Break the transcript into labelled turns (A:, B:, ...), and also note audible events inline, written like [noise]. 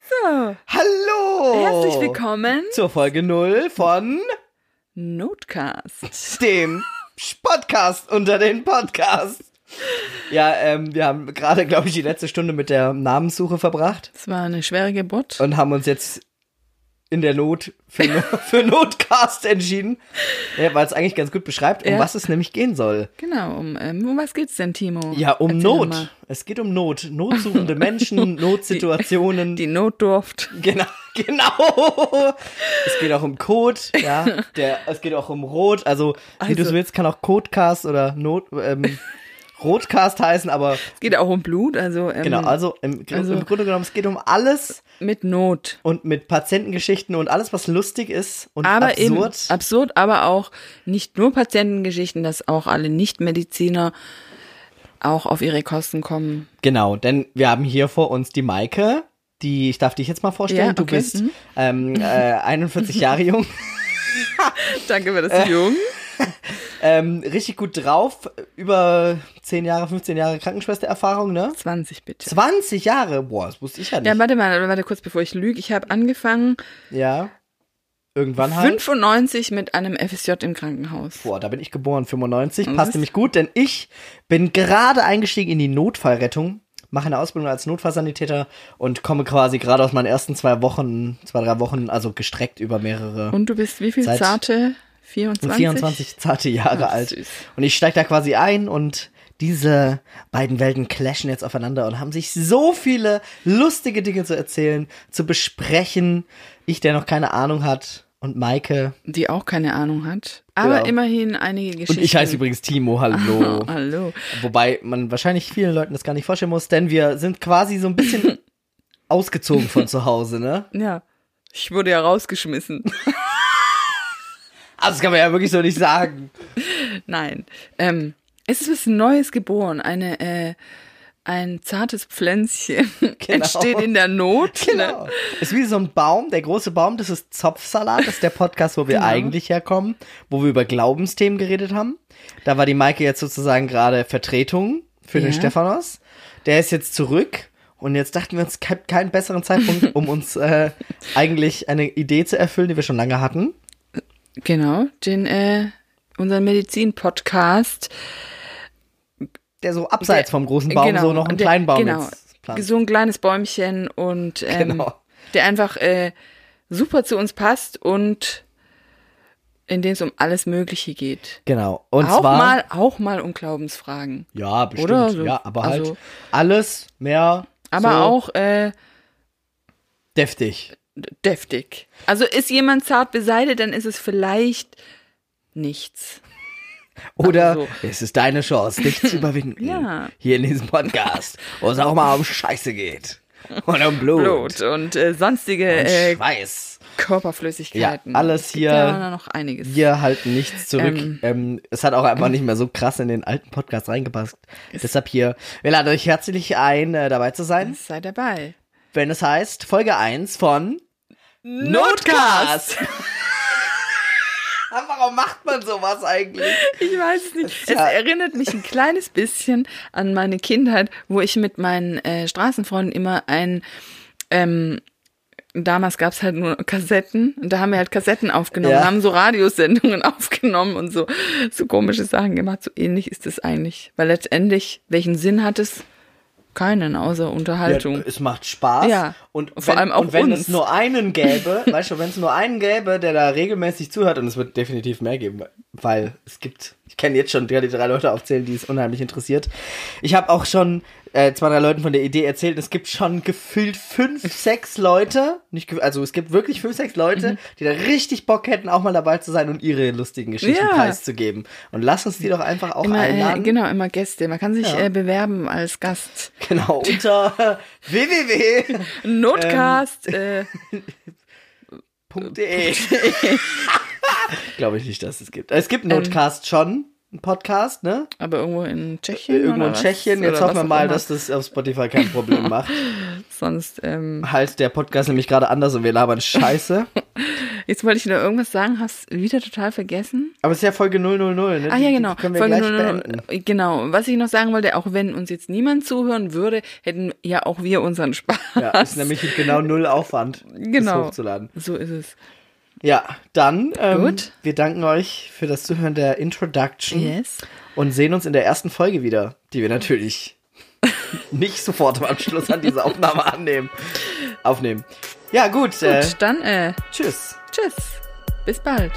A: So,
B: Hallo!
A: herzlich willkommen
B: zur Folge 0 von
A: Notcast.
B: dem Podcast unter den Podcasts. Ja, ähm, wir haben gerade, glaube ich, die letzte Stunde mit der Namenssuche verbracht
A: Es war eine schwere Geburt.
B: und haben uns jetzt in der Not für, [laughs] No- für Notcast entschieden, ja, weil es eigentlich ganz gut beschreibt, um
A: Ja.
B: was es nämlich gehen soll.
A: Genau, um, ähm, um was geht's denn, Timo?
B: Ja, um
A: Erzähl doch
B: Not.
A: mal.
B: Es geht um Not. Notsuchende Menschen,
A: [laughs]
B: Notsituationen.
A: Die Notdurft.
B: Genau, [laughs] genau. Es geht auch um Code,
A: [laughs]
B: ja. Der, es geht auch um Rot. Also, wie du
A: Also-
B: es willst, kann auch Codecast oder Not,
A: [laughs]
B: ähm, Rotcast heißen, aber
A: Es geht auch um Blut, also, ähm,
B: genau, also im, Gru-
A: also-
B: im Grunde genommen, es geht um alles
A: mit Not.
B: und mit Patientengeschichten und alles, was lustig ist und
A: Aber
B: absurd.
A: eben absurd, aber auch nicht nur Patientengeschichten, dass auch alle Nichtmediziner auch auf ihre Kosten kommen. [laughs]
B: genau, denn wir haben hier vor uns die Maike. Die, ich darf dich jetzt mal vorstellen,
A: Ja,
B: du
A: okay,
B: bist
A: mhm.
B: ähm, äh, 41 Jahre
A: [laughs]
B: jung.
A: Danke für
B: Äh.
A: das Jung.
B: Ähm, richtig gut drauf, über 10 Jahre, 15 Jahre Krankenschwestererfahrung, ne?
A: 20 bitte.
B: 20 Jahre? Boah, das wusste ich ja
A: Ja,
B: nicht.
A: warte mal, warte kurz, bevor ich lüge. Ich habe angefangen
B: Ja. Irgendwann halt.
A: 95 mit einem FSJ im Krankenhaus.
B: Boah, da bin ich geboren, 95.
A: Und
B: Passt
A: das-
B: nämlich gut, denn ich bin gerade eingestiegen in die Notfallrettung, mache eine Ausbildung als Notfallsanitäter und komme quasi gerade aus meinen ersten zwei Wochen, zwei, drei Wochen, also gestreckt über mehrere.
A: Und du bist wie viel
B: Seit-
A: zarte? 24?
B: 24 zarte Jahre
A: Ach,
B: alt.
A: süß.
B: Und ich steige da quasi ein und diese beiden Welten clashen jetzt aufeinander und haben sich so viele lustige Dinge zu erzählen, zu besprechen. Ich, der noch keine Ahnung hat und Maike.
A: Die auch keine Ahnung hat. Aber
B: Genau.
A: immerhin einige Geschichten.
B: Und ich heiße übrigens Timo,
A: [laughs]
B: hallo.
A: Oh, hallo.
B: Wobei man wahrscheinlich vielen Leuten das gar nicht vorstellen muss, denn wir sind quasi so ein
A: [laughs]
B: bisschen ausgezogen von zu Hause, ne?
A: Ja. Ich wurde ja rausgeschmissen. [laughs]
B: Also das kann man ja wirklich so nicht sagen.
A: Nein. Ähm, es ist was Neues geboren. Eine, äh, ein zartes Pflänzchen [laughs] entsteht in der Not.
B: Genau.
A: Ne?
B: Ist wie so ein Baum, der große Baum, das ist Zopfsalat, das ist der Podcast, wo wir
A: [laughs] Genau.
B: eigentlich herkommen, wo wir über Glaubensthemen geredet haben. Da war die Maike jetzt sozusagen gerade Vertretung für den
A: Ja.
B: Stephanos. Der ist jetzt zurück und jetzt dachten wir uns, es gibt keinen besseren Zeitpunkt,
A: [laughs]
B: um uns äh, eigentlich eine Idee zu erfüllen, die wir schon lange hatten.
A: Genau. Den, äh, unseren Medizin-Podcast.
B: Der so abseits vom großen Baum so noch einen
A: Genau. der-
B: kleinen Baum
A: genau,
B: jetzt pflanzt.
A: So ein kleines Bäumchen und ähm,
B: Genau.
A: der einfach äh, super zu uns passt und in dem es um alles Mögliche geht.
B: Genau. Und
A: auch
B: zwar
A: mal, auch mal um Glaubensfragen.
B: ja, bestimmt.
A: Oder so.
B: Ja, aber halt
A: Also-
B: alles mehr
A: Aber
B: so
A: auch äh,
B: deftig.
A: deftig. Also ist jemand zart beseitigt, dann ist es vielleicht nichts.
B: Oder
A: Also
B: es ist deine Chance, dich
A: [laughs]
B: zu überwinden.
A: Ja.
B: Hier in diesem Podcast, wo es auch mal um Scheiße geht. Und um Blut.
A: Blut und äh, sonstige
B: Und
A: äh,
B: Schweiß.
A: Körperflüssigkeiten.
B: Ja, alles
A: Es gibt
B: hier-
A: Ja, noch einiges.
B: Wir halten nichts zurück.
A: Ähm.
B: Ähm, es hat auch einfach nicht mehr so krass in den alten Podcast reingepasst. Deshalb hier, wir laden euch herzlich ein, äh, dabei zu sein,
A: Sei dabei.
B: wenn es heißt Folge 1 von [laughs] Notcast. Warum macht man sowas eigentlich?
A: Ich weiß es nicht.
B: Ja.
A: Es erinnert mich ein kleines bisschen an meine Kindheit, wo ich mit meinen äh, Straßenfreunden immer ein, ähm, damals gab's halt nur Kassetten und da haben wir halt Kassetten aufgenommen,
B: Ja.
A: haben so Radiosendungen [laughs] aufgenommen und so, so komische Sachen gemacht. So ähnlich ist es eigentlich. Weil letztendlich, welchen Sinn hat es? Keinen, außer Unterhaltung.
B: Ja, es macht Spaß.
A: Ja.
B: Und
A: Vor
B: wenn,
A: allem auch
B: und wenn
A: uns.
B: es nur einen
A: [laughs]
B: gäbe, weißt du, wenn es nur einen gäbe, der da regelmäßig zuhört, und es wird definitiv mehr geben, weil es gibt, ich kann jetzt schon die drei Leute aufzählen, die es unheimlich interessiert. Ich habe auch schon äh, zwei, drei Leuten von der Idee erzählt, es gibt schon gefühlt fünf, sechs Leute, nicht, ge- also es gibt wirklich fünf, sechs Leute,
A: Mhm.
B: die da richtig Bock hätten, auch mal dabei zu sein und ihre lustigen Geschichten
A: Ja.
B: preiszugeben. Und lass uns die doch einfach auch
A: immer, äh,
B: einladen.
A: genau, immer Gäste. Man kann sich
B: Ja.
A: äh, bewerben als Gast.
B: Genau,
A: [laughs]
B: unter www.
A: Notcast. äh,
B: [laughs] .de. [laughs] Glaube ich nicht, dass es gibt. Es gibt
A: Ähm.
B: Notcast schon, ein Podcast, ne?
A: aber irgendwo in Tschechien.
B: Irgendwo
A: oder
B: in
A: was?
B: Tschechien. Jetzt
A: Oder
B: hoffen
A: was
B: wir
A: auch
B: mal,
A: immer.
B: dass das auf Spotify kein
A: [laughs]
B: Problem macht. Halt,
A: Sonst, ähm,
B: Heißt der Podcast nämlich gerade anders und wir labern Scheiße.
A: Jetzt wollte ich nur irgendwas sagen, hast wieder total vergessen.
B: Aber es ist ja Folge 000, ne?
A: Ah
B: Die-
A: ja,
B: die
A: genau.
B: Können wir
A: Folge
B: gleich
A: 00.
B: beenden.
A: Genau. Was ich noch sagen wollte, auch wenn uns jetzt niemand zuhören würde, hätten ja auch wir unseren Spaß.
B: Ja, ist nämlich genau null Aufwand,
A: Genau.
B: das hochzuladen.
A: So ist es.
B: Ja, dann, ähm,
A: Gut.
B: wir danken euch für das Zuhören der Introduction
A: Yes.
B: und sehen uns in der ersten Folge wieder, die wir natürlich nicht sofort am Anschluss an diese Aufnahme annehmen. Aufnehmen. Ja, gut. Äh,
A: Gut, dann äh,
B: tschüss.
A: tschüss. Bis bald.